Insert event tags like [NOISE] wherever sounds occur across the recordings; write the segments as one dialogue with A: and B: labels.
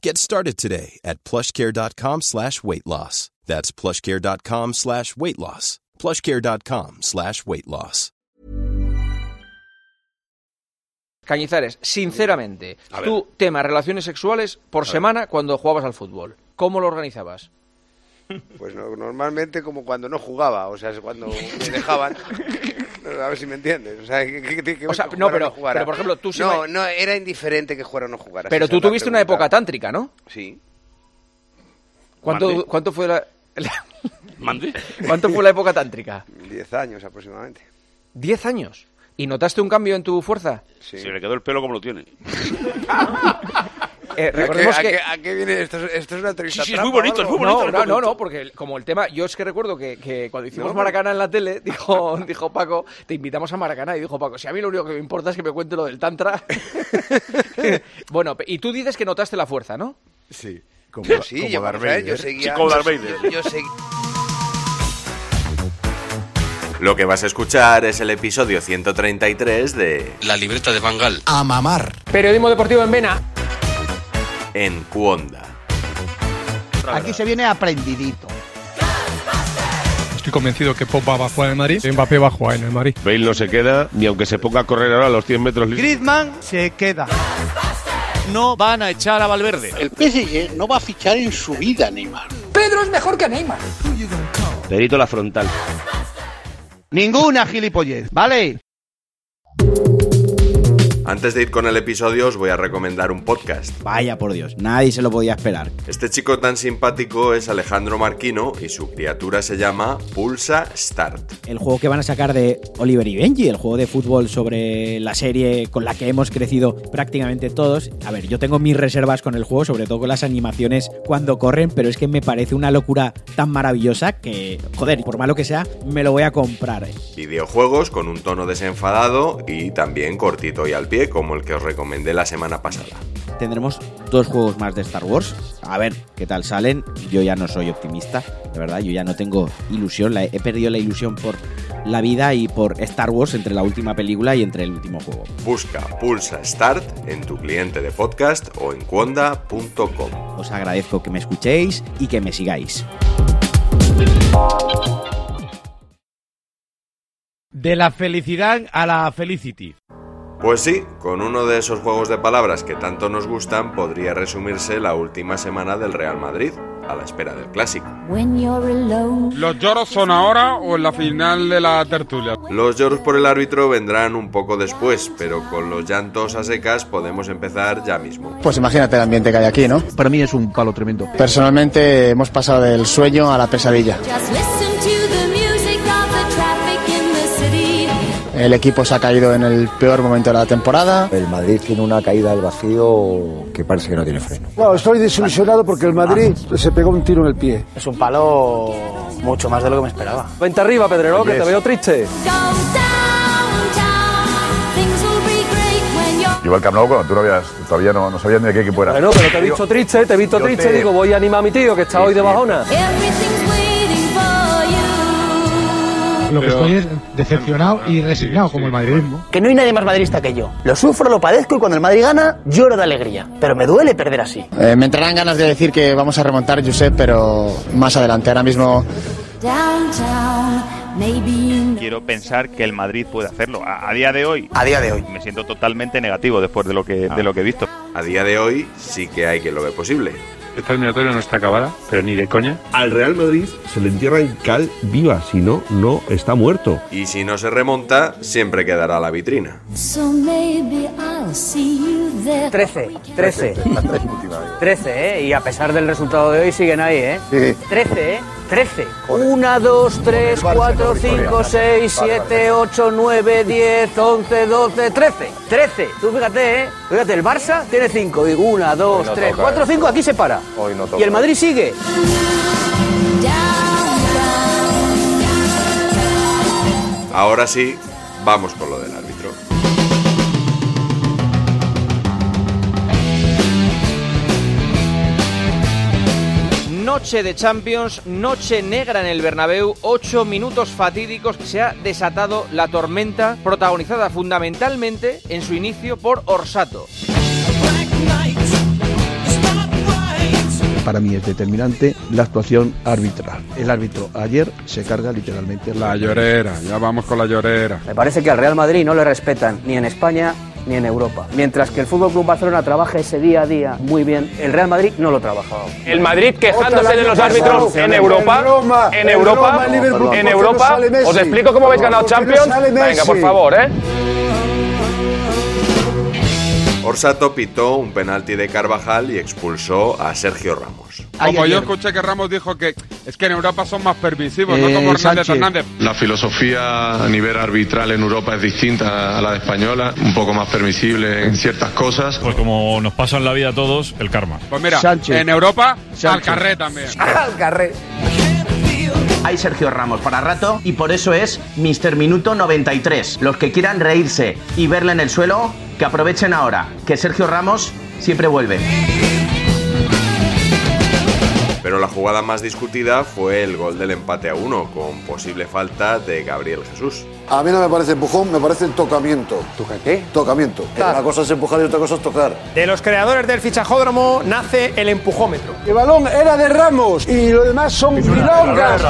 A: Get started today at plushcare.com slash weight loss. That's plushcare.com slash weight loss. Plushcare.com slash weight loss.
B: Cañizares, sinceramente,
C: A ver.
B: tú temas relaciones sexuales por semana cuando jugabas al fútbol. ¿Cómo lo organizabas?
D: Pues no- normalmente como cuando no jugaba, o sea, es cuando me dejaban. A ver si me entiendes. O sea, ¿qué- qué- qué tiene que ver
B: O sea,
D: con
B: no,
D: jugar
B: pero-
D: no jugara?
B: pero, por ejemplo, tú sí
D: No,
B: me-
D: no, era indiferente que jugara o no jugara.
B: Pero
D: esa
B: tú
D: es la
B: tuviste una
D: pregunta.
B: época tántrica, ¿no?
D: Sí.
B: ¿Cuánto,
C: Mande.
B: cuánto fue la, la-
C: Mande.
B: ¿Cuánto fue la época tántrica?
D: 10 años aproximadamente.
B: Diez años. ¿Y notaste un cambio en tu fuerza?
D: Sí.
C: Se le quedó el pelo como lo tiene.
B: Eh,
D: ¿A, qué,
B: recordemos
D: a
B: que...
D: qué- a qué viene? Esto es, esto es una
C: Sí,
D: entrevista.
C: sí, es
D: trampa
C: muy
D: o
C: bonito, es
D: algo?
C: muy bonito.
B: No,
C: es
B: no,
C: bonito.
B: no, no, porque el- como el tema, yo es que recuerdo que, que cuando hicimos
D: No, no.
B: Maracana en la tele, [LAUGHS] dijo, dijo Paco, te invitamos a Maracana y dijo Paco, si a mí lo único que me importa es que me cuente lo del Tantra. [LAUGHS] bueno, pe- y tú dices que notaste la fuerza, ¿no?
E: Sí, como,
D: Sí,
E: como
D: yo,
E: Darth
D: vamos a ver, yo
E: Vader.
D: seguía.
C: Sí, como Darth
D: yo-
C: Vader.
D: yo seguía.
F: Lo que vas a escuchar es el episodio 133 de
G: La libreta de Bangal.
E: A mamar.
B: Periodismo deportivo en Vena.
F: En Cuonda.
H: Aquí se viene aprendidito.
I: Estoy convencido que Pop va a jugar en el Madrid, Mbappé va a jugar en el Madrid.
C: Bale no se queda, ni aunque se ponga a correr ahora a los 100 metros libres.
H: Griezmann se queda.
G: No van a echar a Valverde.
H: El PSG no va a fichar en su vida, Neymar.
C: Perito la frontal.
H: Ninguna gilipollez, ¿vale?
F: Antes de ir con el episodio os voy a recomendar un podcast.
E: Vaya por Dios, nadie se lo podía esperar.
F: Este chico tan simpático es Alejandro Marquino y su criatura se llama Pulsa Start.
E: El juego que van a sacar de Oliver y Benji, el juego de fútbol sobre la serie con la que hemos crecido prácticamente todos. A ver, yo tengo mis reservas con el juego, sobre todo con las animaciones cuando corren, pero es que me parece una locura tan maravillosa que, joder, por malo que sea, me lo voy a comprar.
F: Videojuegos con un tono desenfadado y también cortito y al pie como el que os recomendé la semana pasada.
E: Tendremos dos juegos más de Star Wars. A ver qué tal salen. Yo ya no soy optimista, de verdad. Yo ya no tengo ilusión. La- he perdido la ilusión por la vida y por Star Wars entre la última película y entre el último juego.
F: Busca Pulsa Start en tu cliente de podcast o en cuonda.com.
E: Os agradezco que me escuchéis y que me sigáis.
G: De la felicidad a la felicity.
F: Pues sí, con uno de esos juegos de palabras que tanto nos gustan podría resumirse la última semana del Real Madrid, a la espera del clásico.
I: ¿Los lloros son ahora o en la final de la tertulia?
F: Los lloros por el árbitro vendrán un poco después, pero con los llantos a secas podemos empezar ya mismo.
H: Pues imagínate el ambiente que hay aquí, ¿no? Para mí es un palo tremendo. Personalmente hemos pasado del sueño a la pesadilla. El equipo se ha caído en el peor momento de la temporada.
E: El Madrid tiene una caída al vacío que parece que no tiene freno.
I: Bueno, estoy desilusionado porque el Madrid se pegó un tiro en el pie.
H: Es un palo mucho más de lo que me esperaba.
B: Vente arriba, Pedrero, que te veo triste.
E: Yo al Camp cuando tú no habías, todavía no, sabías ni de qué equipo era.
B: Bueno, pero te he visto triste, te he visto
E: yo triste, te- digo,
B: voy a animar a mi tío que está hoy de bajona.
I: Lo que estoy es decepcionado y resignado como el madridismo.
H: Que no hay nadie más madridista que yo. Lo sufro, lo padezco y cuando el Madrid gana, lloro de alegría. Pero me duele perder así. Eh, me entrarán ganas de decir que vamos a remontar, Josep, pero más adelante. Ahora mismo
G: Quiero pensar que el Madrid puede hacerlo. A, a día de hoy.
H: A día de hoy.
G: Me siento totalmente negativo después de lo que, de lo que he visto.
F: A día de hoy sí que hay quien lo ve posible,
J: Esta eliminatoria no está acabada, pero ni de coña.
K: Al Real Madrid se le entierra en cal viva, si no, no está muerto.
F: Y si no se remonta, siempre quedará la vitrina.
B: 13, 13. 13, ¿eh? Y a pesar del resultado de hoy siguen ahí, ¿eh? 13, ¿eh? 13. 1, 2, 3, 4, 5, 6, 7, 8, 9, 10, 11, 12, 13. 13. Tú fíjate, ¿eh? Fíjate, el Barça tiene 5. 1, 2,
L: no
B: 3,
L: toca, ¿eh?
B: 4, 5, aquí se para.
L: Hoy no
B: Y el Madrid sigue.
F: Ahora sí, vamos con lo del árbitro.
G: Noche de Champions, noche negra en el Bernabéu, ocho minutos fatídicos se ha desatado la tormenta protagonizada fundamentalmente en su inicio por Orsato.
M: Para mí es determinante la actuación arbitral. El árbitro ayer se carga literalmente la
J: llorera, ya vamos con la llorera.
B: Me parece que al Real Madrid no le respetan ni en España ni en Europa. Mientras que el Fútbol Club Barcelona trabaja ese día a día muy bien, el Real Madrid no lo trabaja.
N: El Madrid
B: Otro
N: quejándose
B: el
N: de
B: año
N: los
B: pasado.
N: árbitros en Europa. En Europa. En Europa. Os explico cómo habéis ganado Champions. Venga, por favor, ¿eh?
F: Orsato pitó un penalti de Carvajal y expulsó a Sergio Ramos.
J: Como yo escuché que Ramos dijo que es que en Europa son más permisivos, no
F: Eh,
J: como Hernández
F: Sánchez.
J: Hernández.
O: La filosofía a nivel arbitral en Europa es distinta a la de española, un poco más permisible en ciertas cosas. Pues como nos pasa en la vida a todos, el karma.
J: Pues mira,
O: Sánchez.
J: en Europa, al
O: Sánchez.
J: carré también.
G: Ah,
I: Hay Sergio Ramos para rato y por eso es Mr. Minuto 93. Los que quieran reírse y verle en el suelo, que aprovechen ahora, que Sergio Ramos siempre vuelve.
F: Pero la jugada más discutida fue el gol del empate a uno, con posible falta de Gabriel Jesús.
P: A mí no me parece empujón, me parece tocamiento. ¿Toca qué? Tocamiento. Una cosa es empujar y otra cosa es tocar.
N: De los creadores del fichajódromo nace el empujómetro.
P: El balón era de Ramos y lo demás son
N: milongas.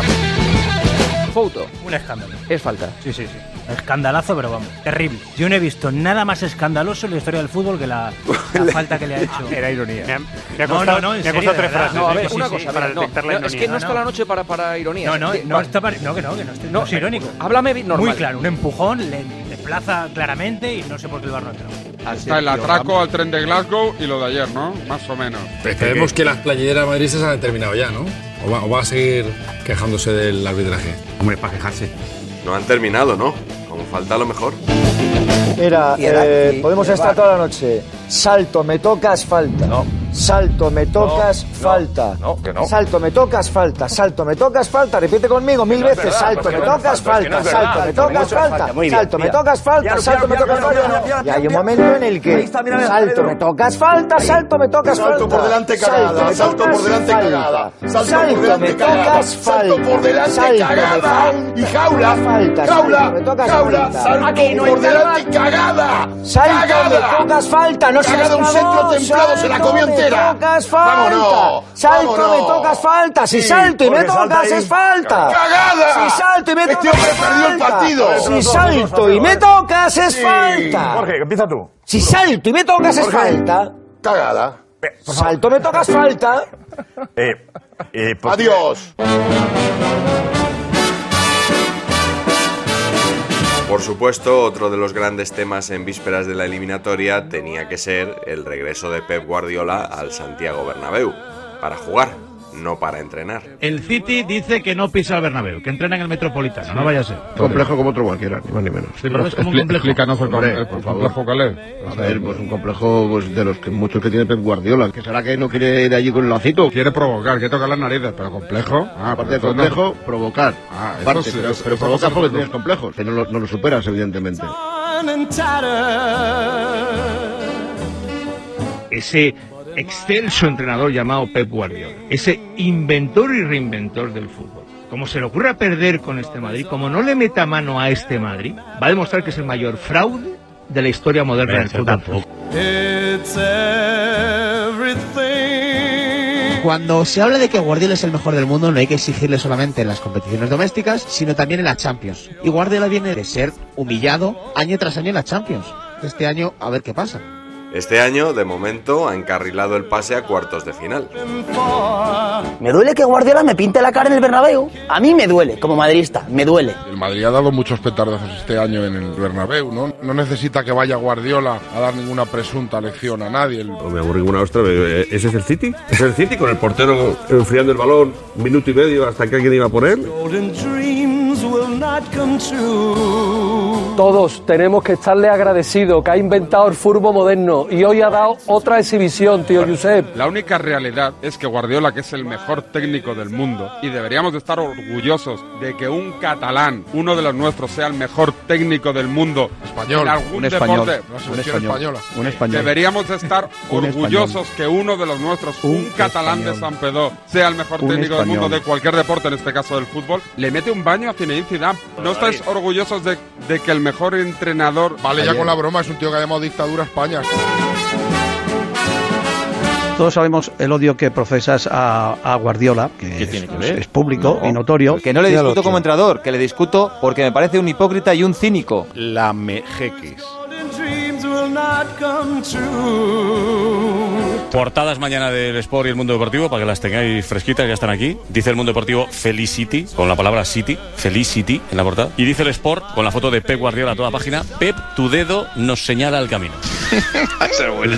G: Foto.
Q: Un escándalo.
G: Es falta.
Q: Sí, sí, sí. Escandalazo, pero vamos, terrible. Yo no he visto nada más escandaloso en la historia del fútbol que la,
B: [LAUGHS]
Q: la falta que le ha hecho.
N: Era ironía. Me ha,
Q: me ha costado- me ha costado tres frases,
G: No, a
Q: ¿eh?
G: ver,
Q: Sí,
G: una
Q: sí,
G: cosa,
Q: para
G: mira, no,
Q: detectar la
G: no, es
Q: ironía.
G: que no,
Q: No,
G: está
Q: no.
G: la noche para, para ironías.
Q: No, no,
G: Eh,
Q: no,
G: vale.
Q: está pare- no, que no, que no, estoy-
G: No,
Q: no es
B: eh,
Q: irónico.
B: ah,
G: háblame bien normal.
Q: Muy claro, un empujón, le desplaza claramente y no sé por qué el bar no entró.
G: Ah,
J: Está el atraco al tren de Glasgow y lo de ayer, ¿no? Más o menos.
R: Esperemos que las playeras madridistas han terminado ya, ¿no? ¿O va, o va a seguir quejándose del arbitraje? Hombre, para quejarse.
F: No han terminado, ¿no? Como falta lo mejor.
I: Era,
F: Y el eh,
R: y podemos el estar bar.
I: toda la noche. Salto, me tocas, falta. Salto, me
N: tocas,
I: falta.
N: no, que no.
I: Salto, me tocas, falta. Salto, me tocas, falta. Repite conmigo mil
N: no es veces. verdad, Salto, porque me no es tocas, falta, porque no es falta. verdad. Salto, me tocas, Mucho falta. falta, muy bien, Salto, me mira. tocas, falta. Ya, Salto, ya, me ya, tocas, ya, falta. ya, ya, Y hay un ya, momento en el que ya está, mira, mira, salto, Pedro. me
I: tocas, falta. Salto, me tocas,
N: Salto por delante cagada, salto por delante cagada, salto por delante cagada, salto por delante cagada y jaula, jaula, jaula, salto por delante cagada,
I: Salto, me
N: cagada,
I: tocas falta, no
N: Cagada,
I: seas
N: un centro
I: pavón,
N: templado, se la
I: salto,
N: comió entera.
I: Me tocas falta.
N: Vámonos,
I: salto,
N: vámonos.
I: me tocas falta. Si
N: Sí,
I: salto y me
N: porque salta
I: tocas
N: ahí.
I: es falta.
N: Cagada.
I: Si salto y me
N: Este
I: tocas
N: hombre
I: es
N: perdió el
I: falta.
N: partido.
I: Si salto y me tocas es
N: Sí.
I: falta.
N: Jorge,
I: empieza tú. Si salto y me tocas es
N: Jorge,
I: falta. Cagada. Salto, me tocas falta.
N: adiós.
F: Por supuesto, otro de los grandes temas en vísperas de la eliminatoria tenía que ser el regreso de Pep Guardiola al Santiago Bernabéu para jugar, no para entrenar.
S: El City dice que no pisa el Bernabéu, que entrena en el Metropolitano, no vaya a ser.
K: Complejo como otro cualquiera, ni más ni menos.
S: Sí, pero es como un complejo.
K: Explícanos el
S: Hombre,
K: complejo,
S: por
K: por
S: favor.
K: favor. A ver, pues un complejo pues, de los que muchos que tiene Pep Guardiola, que será que no quiere ir allí con el lacito. Quiere provocar, quiere tocar las narices, pero complejo. Ah, Aparte de
J: pero eso
K: complejo, provocar.
J: Ah, eso
K: Parte,
J: sí,
K: pero,
J: eso-
K: pero
J: eso
K: provocas
J: sí,
K: porque
J: no.
K: tienes complejos, que no lo, no lo superas, evidentemente.
T: ese excelso entrenador llamado Pep Guardiola, ese inventor y reinventor del fútbol. Como se le ocurra perder con este Madrid, como no le meta mano a este Madrid, va a demostrar que es el mayor fraude de la historia moderna del fútbol.
U: Cuando se habla de que Guardiola es el mejor del mundo, no hay que exigirle solamente en las competiciones domésticas, sino también en las Champions. Y Guardiola viene de ser humillado año tras año en las Champions. Este año, a ver qué pasa.
F: Este año, de momento, ha encarrilado el pase a cuartos de final.
H: Me duele que Guardiola me pinte la cara en el Bernabéu. A mí me duele, como madridista, me duele.
O: El Madrid ha dado muchos petardazos este año en el Bernabéu, ¿no? No necesita que vaya Guardiola a dar ninguna presunta lección a nadie. El-
V: Me aburrí como una ostra. eh, ¿Ese es el City? ¿Es el City con el portero enfriando el balón minuto y medio hasta que alguien iba a poner?
W: Todos tenemos que estarle agradecidos que ha inventado el furbo moderno y hoy ha dado otra exhibición, tío Josep.
J: La única realidad es que Guardiola, que es el mejor técnico del mundo, y deberíamos de estar orgullosos de que un catalán, uno de los nuestros, sea el mejor técnico del mundo.
O: Español,
J: en algún
O: un español,
J: deporte.
O: una selección Un español, española. un español.
J: Deberíamos de estar
O: [LAUGHS] Un
J: orgullosos que uno de los nuestros, un, catalán de San Pedro, sea el mejor
O: Un
J: técnico del mundo
O: español.
J: de cualquier deporte, en este caso del fútbol. Le mete un baño a Zinedine Zidane. ¿No estáis orgullosos de, de que el mejor entrenador...
O: Vale, ya con la
J: broma.
O: broma, es un tío que ha llamado dictadura a España.
G: Todos sabemos el odio que profesas a, a Guardiola, que es, es público y notorio.
X: Que no le
G: Ya lo
X: discuto
G: sé.
X: como entrenador, que le discuto porque me parece un hipócrita y un cínico. La mejeques.
U: Portadas mañana del Sport y el Mundo Deportivo para que las tengáis fresquitas, ya están aquí. Dice el Mundo Deportivo Felicity, con la palabra City, Felicity en la portada. Y dice el Sport, con la foto de Pep Guardiola a toda página, Pep, tu dedo nos señala el camino.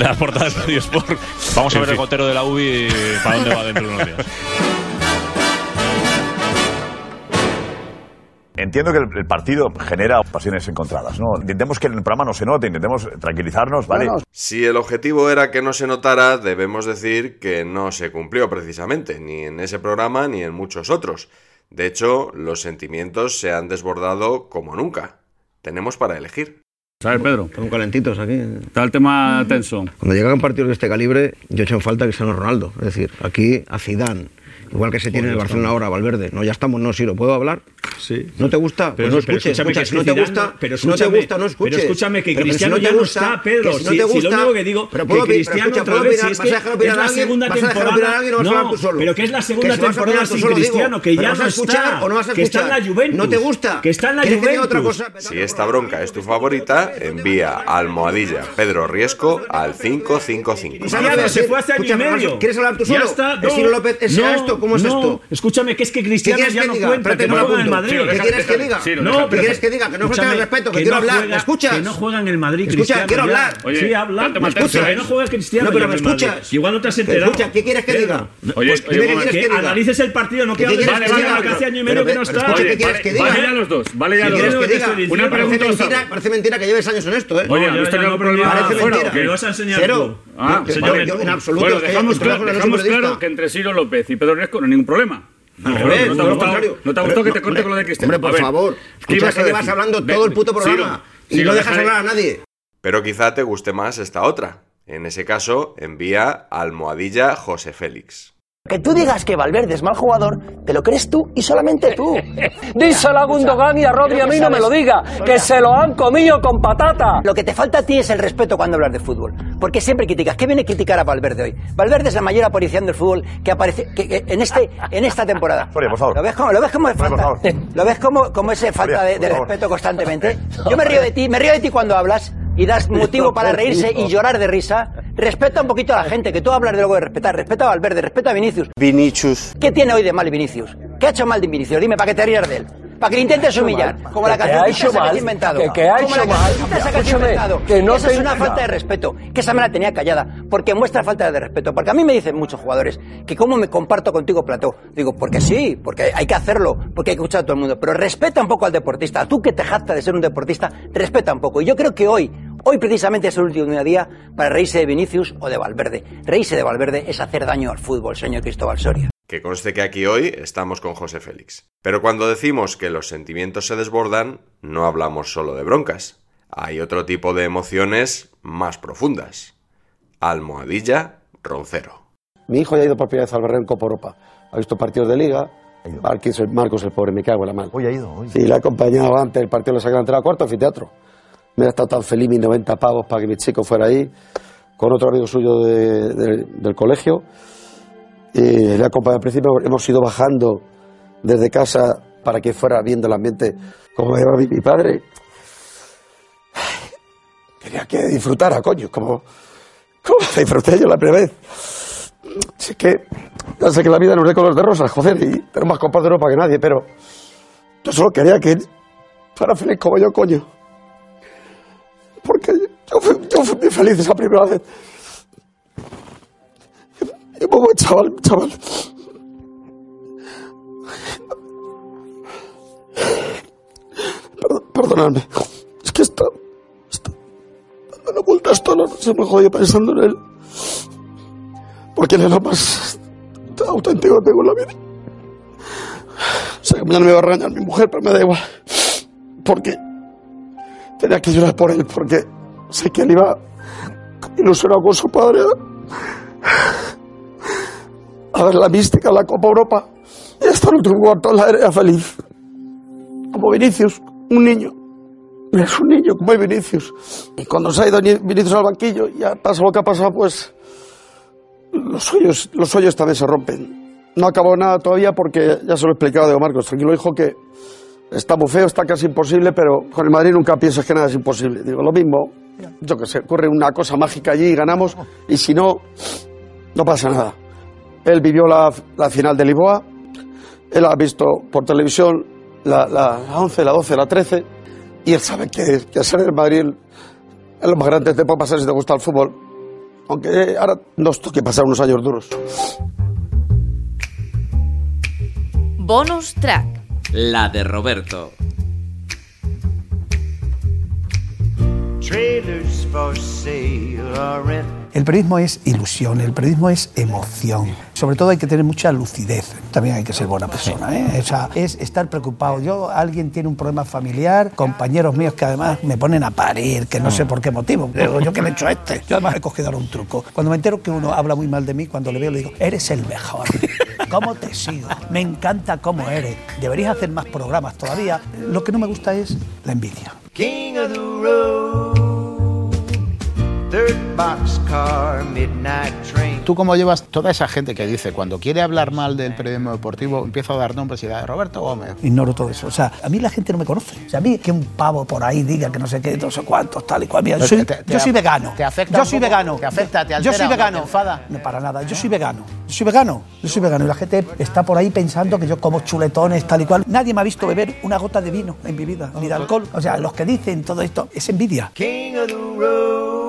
U: la portada de Radio Sport.
O: Vamos a
U: En
O: ver el
U: fin.
O: gotero de la UBI para dónde va dentro de unos días.
Y: Entiendo que el, el partido genera pasiones encontradas, ¿no? Intentemos que en el programa no se note, intentemos tranquilizarnos, ¿vale?
F: Si el objetivo era que no se notara, debemos decir que no se cumplió precisamente, ni en ese programa ni en muchos otros. De hecho, los sentimientos se han desbordado como nunca. Tenemos para elegir.
O: ¿Sabes, Pedro? Con calentitos aquí. Está el tema tenso.
B: Cuando llegan partidos de este calibre, yo echo en falta a Cristiano Ronaldo. Es decir, aquí a Zidane. Igual que se tiene en el
O: Joder,
B: Barcelona ahora, Valverde. No, ya estamos, no, Siro. ¿Puedo hablar? Sí. ¿No te gusta? Pues
O: Pero-
B: no
O: pero
B: escuches.
O: escúchame, que
B: escuchas.
O: es que
B: no te
O: Zidane-
B: gusta,
O: pero
B: no te
O: escúchame,
B: gusta, no
O: pero
B: escuches.
O: escúchame, que
B: Pero
O: Cristiano
B: si no
O: ya
B: te
O: no
B: gusta,
O: está, Pedro.
B: que si no te
O: Si- si lo
B: gusta,
O: único que digo,
B: pero
O: que
B: puedo- pero
O: Cristiano
B: escucha,
O: otra
B: ¿puedo
O: vez, si
B: opinar?
O: es
B: ¿Vas a
O: que
B: dejar opinar
O: es la
B: a alguien?
O: segunda
B: ¿Vas a dejar
O: temporada-
B: opinar a alguien o vas a
O: No,
B: hablar tú solo?
O: pero que es la segunda
B: si vas a
O: temporada
B: opinar tú
O: sin
B: solo, digo.
O: Cristiano, que ya
B: ¿Pero vas a
O: no
B: escuchar
O: está,
B: o no vas a
O: que está en
B: escuchar?
O: la Juventus,
B: ¿No te gusta?
O: que está en la
B: ¿Quieres que diga otra
O: Juventus.
B: cosa?
F: Si esta bronca es tu favorita, envía almohadilla Pedro Riesco al 555.
O: Cristiano se fue hace año y
B: Escúchame,
O: medio.
B: Ramos, ¿quieres hablar tú solo?
O: Ya está.
B: ¿Es Ciro López? ¿Es
O: no,
B: esto? ¿Cómo es
O: no.
B: esto?
O: Escúchame, que es que Cristiano
B: ¿Qué quieres
O: ya
B: que
O: no
B: diga?
O: cuenta,
B: Espérate,
O: que no
B: me
O: juega en el
B: apunto.
O: Madrid.
B: Ciro, ¿qué quieres que diga? Ciro,
O: No,
B: ¿qué
O: pero-
B: quieres que diga? Que no falta
O: escúchame,
B: el respeto, que quiero
O: no
B: hablar.
O: juega-
B: ¿Me escuchas?
O: Que no juega en el Madrid,
B: Escucha,
O: Cristiano.
B: quiero
O: ya.
B: hablar. Oye,
O: sí, habla.
B: tanto
O: ¿Me
B: más
O: escuchas?
B: tenso,
O: Que no juega Cristiano.
B: No, pero
O: ya
B: me
O: en el Madrid.
B: escuchas.
O: Igual no te has
B: ¿Me
O: enterado.
B: escuchas? ¿Qué quieres que
O: Pedro,
B: diga?
O: no-
B: Oye,
O: pues,
B: oye, un
O: que
B: momento. ¿Qué quieres que
O: analices
B: diga?
O: el partido, no
B: ¿Qué
O: que hables
B: quieres
O: de
B: que
O: Cristiano,
B: diga?
O: que hace año y medio
B: Pero,
O: que no
B: pero,
O: está.
B: escucha, ¿qué quieres que diga?
O: Vale ya los dos, vale ya
B: ¿Qué
O: los
B: quieres
O: dos.
B: que diga?
O: Una pregunta,
B: parece mentira,
O: Gustavo.
B: parece mentira que lleves años en esto, ¿eh?
O: Oye, ¿habéis tenido algún problema
B: Parece
O: fuera o
B: mentira.
O: qué? ¿Me vas a enseñar
B: Cero.
O: tú? Ah,
B: Yo-
O: señores.
B: yo- yo en absoluto.
O: Bueno,
B: es que
O: dejamos,
B: trabajo
O: claro,
B: en la
O: dejamos
B: periodista.
O: claro que entre Siro López y Pedro Riesco no hay ningún problema. No,
B: Al revés,
O: no
B: todo
O: te ha
B: lo
O: gustado,
B: contrario.
O: no te ha
B: Pero-
O: gustado que te
B: no,
O: corte con lo de Cristiano.
B: Hombre,
O: A
B: por
O: ver,
B: favor.
O: ¿qué
B: Escucha,
O: ibas a
B: que llevas
O: decir?
B: hablando
O: Ve-
B: todo el puto
O: Ciro,
B: programa. Y
O: Ciro,
B: no dejas
O: dejaré-
B: hablar a nadie.
F: Pero quizá te guste más esta otra. En ese caso, envía almohadilla José Félix.
H: Que tú digas que Valverde es mal jugador, te lo crees tú y solamente tú.
W: Díselo a Gundogan y a Rodri, a mí no me lo diga, que se lo han comido con patata.
H: Lo que te falta a ti es el respeto cuando hablas de fútbol. Porque siempre criticas. ¿Qué viene a criticar a Valverde hoy? Valverde es la mayor aparición del fútbol que aparece que- que en, este, en esta temporada.
Y: Soria, por favor.
H: ¿Lo ves como, lo ves como falta, [LAUGHS] ¿lo ves como, como ese falta de, de
Y: por favor. [LAUGHS]
H: respeto constantemente? Yo me río de ti, me río de ti cuando hablas y das motivo para reírse y llorar de risa. Respeta un poquito a la gente, que tú hablas de luego de respetar. Respeta a Valverde, respeta a Vinicius.
Z: Vinicius.
H: ¿Qué tiene hoy de mal Vinicius? ¿Qué ha hecho mal de Vinicius? Dime, para que te rías de él. Para que le intentes humillar. Como la
Z: Que ha
H: canción
Z: hecho
H: que has
Z: mal,
H: inventado.
Z: que- que ha
H: Como la
Z: hecho mal.
H: cancioncita esa que has
Z: Escúchame,
H: inventado.
Z: que no
H: Esa
Z: te-
H: es una
Z: no.
H: falta de respeto. Que esa me la tenía callada. Porque muestra falta de respeto. Porque a mí me dicen muchos jugadores que cómo me comparto contigo plató. Digo, porque sí, porque hay que hacerlo, porque hay que escuchar a todo el mundo. Pero respeta un poco al deportista. Tú que te jactas de ser un deportista, respeta un poco. Y yo creo que hoy, hoy precisamente es el último día para reírse de Vinicius o de Valverde. Reírse de Valverde es hacer daño al fútbol, señor Cristóbal Soria.
F: Que conste que aquí hoy estamos con José Félix. Pero cuando decimos que los sentimientos se desbordan, no hablamos solo de broncas. Hay otro tipo de emociones más profundas. Almohadilla Roncero.
N: Mi hijo ya ha ido por primera vez al Barranco por Europa. Ha visto partidos de liga. Marquis, el Marcos el pobre, me cago en la mano. Hoy ha ido, hoy. Sí, le ha acompañado antes, el partido lo sacan entrada cuarto, anfiteatro. Me ha estado tan feliz mis 90 pavos para que mi chico fuera ahí, con otro amigo suyo de- de- del colegio. Y le ha acompañado al principio, hemos ido bajando desde casa para que fuera viendo el ambiente como llevaba mi, mi padre. Quería que disfrutara, coño, como, ¿Cómo estáis frente a ello la primera vez? Si es que ya sé que la vida no es de color de rosas, joder, y tengo más copas de Europa que nadie, pero yo solo quería que él fuera feliz como yo, coño. Porque yo fui, yo fui muy feliz esa primera vez. Y un poco, chaval, chaval. Perdón- perdonadme. Es que está. está dando vueltas todo. Se me jodido pensando en él. Porque él es lo más auténtico que tengo en la vida. Sé que mañana me va a regañar mi mujer, pero me da igual. Porque tenía que llorar por él, porque sé que él iba ilusionado con su padre a- a ver la mística, la Copa Europa y hasta el último cuarto la era feliz. Como Vinicius, un niño. Es un niño, como es Vinicius. Y cuando se ha ido Ni- Vinicius al banquillo, ya pasa lo que ha pasado, pues los sueños, los sueños también se rompen. No ha acabado nada todavía porque ya se lo he explicado a Diego Marcos. Tranquilo, hijo, que está muy feo, está casi imposible, pero con el Madrid nunca piensas que nada es imposible. Digo, lo mismo, yo que sé, ocurre una cosa mágica allí y ganamos, y si no, no pasa nada. Él vivió la, la final de Lisboa, él ha visto por televisión la, la, la 11, la 12, la 13, y él sabe que, que ser el Madrid es lo más grande que te puede pasar si te gusta el fútbol. Aunque ahora nos toque pasar unos años duros.
C: Bonus track.
D: La de Roberto.
E: Trailers for sale are rent.
G: El periodismo es ilusión, el periodismo es emoción. Sobre todo hay que tener mucha lucidez. También hay que ser buena persona. ¿eh? O sea, es estar preocupado. Yo, alguien tiene un problema familiar, compañeros míos que además me ponen a parir, que no sé por qué motivo. Digo, yo que le he hecho a este. Yo además he cogido ahora un truco. Cuando me entero que uno habla muy mal de mí, cuando le veo le digo, eres el mejor. ¿Cómo te sigo? Me encanta cómo eres. Deberías hacer más programas todavía. Lo que no me gusta es la envidia.
E: King of the road. Third box car, midnight train.
I: ¿Tú cómo llevas toda esa gente que dice cuando quiere hablar mal del periodismo deportivo empieza a dar nombres y da Roberto Gómez?
G: Ignoro todo eso. O sea, a mí la gente no me conoce. O sea, a mí que un pavo por ahí diga que no sé qué, no sé cuántos, tal y cual. Mira, yo,
I: Pero
G: soy,
I: te- te
G: yo
I: a-
G: soy vegano.
I: te afecta
G: Yo
I: un
G: soy
I: poco,
G: vegano.
I: te afecta, te
G: Yo
I: altera
G: soy
I: o te
G: vegano.
I: enfada.
G: No, para nada. Yo soy vegano. Yo soy vegano. Yo soy vegano. Y la gente está por ahí pensando que yo como chuletones, tal y cual. Nadie me ha visto beber una gota de vino en mi vida, ni de alcohol. O sea, los que dicen todo esto es envidia.
E: King of the road.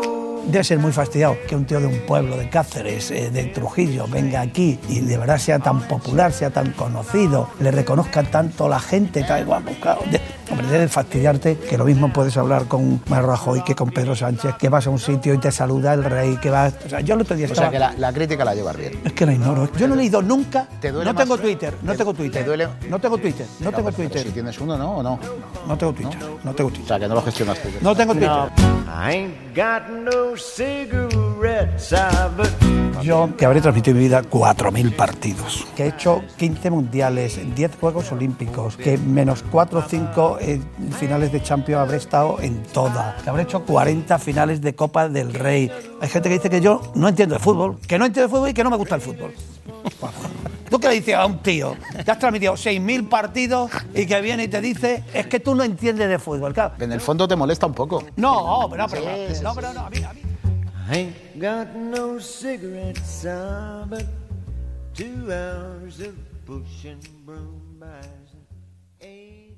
G: Debe ser muy fastidiado que un tío de un pueblo de Cáceres, eh, de Trujillo, venga aquí y de verdad sea tan popular, sea tan conocido, le reconozca tanto la gente, tal igual, claro, de- Hombre, debe fastidiarte que lo mismo puedes hablar con Mar Rajoy que con Pedro Sánchez, que vas a un sitio y te saluda el rey, que vas. O sea, yo lo otro día
I: O
G: estaba-
I: sea que la, la crítica la llevas bien.
G: Es que la ignoro. Yo no he leído nunca. no
I: más-
G: tengo Twitter, no tengo Twitter.
I: duele-
G: No tengo Twitter, no tengo
I: Pero
G: Twitter.
I: Si tienes uno, ¿no? ¿O no?
G: No tengo Twitter, no tengo Twitter.
I: O sea que no lo gestionas tú.
G: No tengo Twitter.
E: I ain't got no cigarettes, I've a
G: Yo que habré transmitido en mi vida 4.000 partidos. Que he hecho 15 mundiales, 10 Juegos Olímpicos, que menos 4 o 5 eh, finales de Champions habré estado en todas. Que habré hecho 40 finales de Copa del Rey. Hay gente que dice que yo no entiendo de fútbol, que no entiendo de fútbol y que no me gusta el fútbol. ¿Tú qué le dices a un tío que has transmitido 6.000 partidos y que viene y te dice es que tú no entiendes de fútbol? Claro.
I: En el fondo te molesta un poco.
G: No, pero no, pero no, no, pero no, a mí- a mí-
E: I ain't got no cigarettes, ah, but two hours of push and broom buys eight.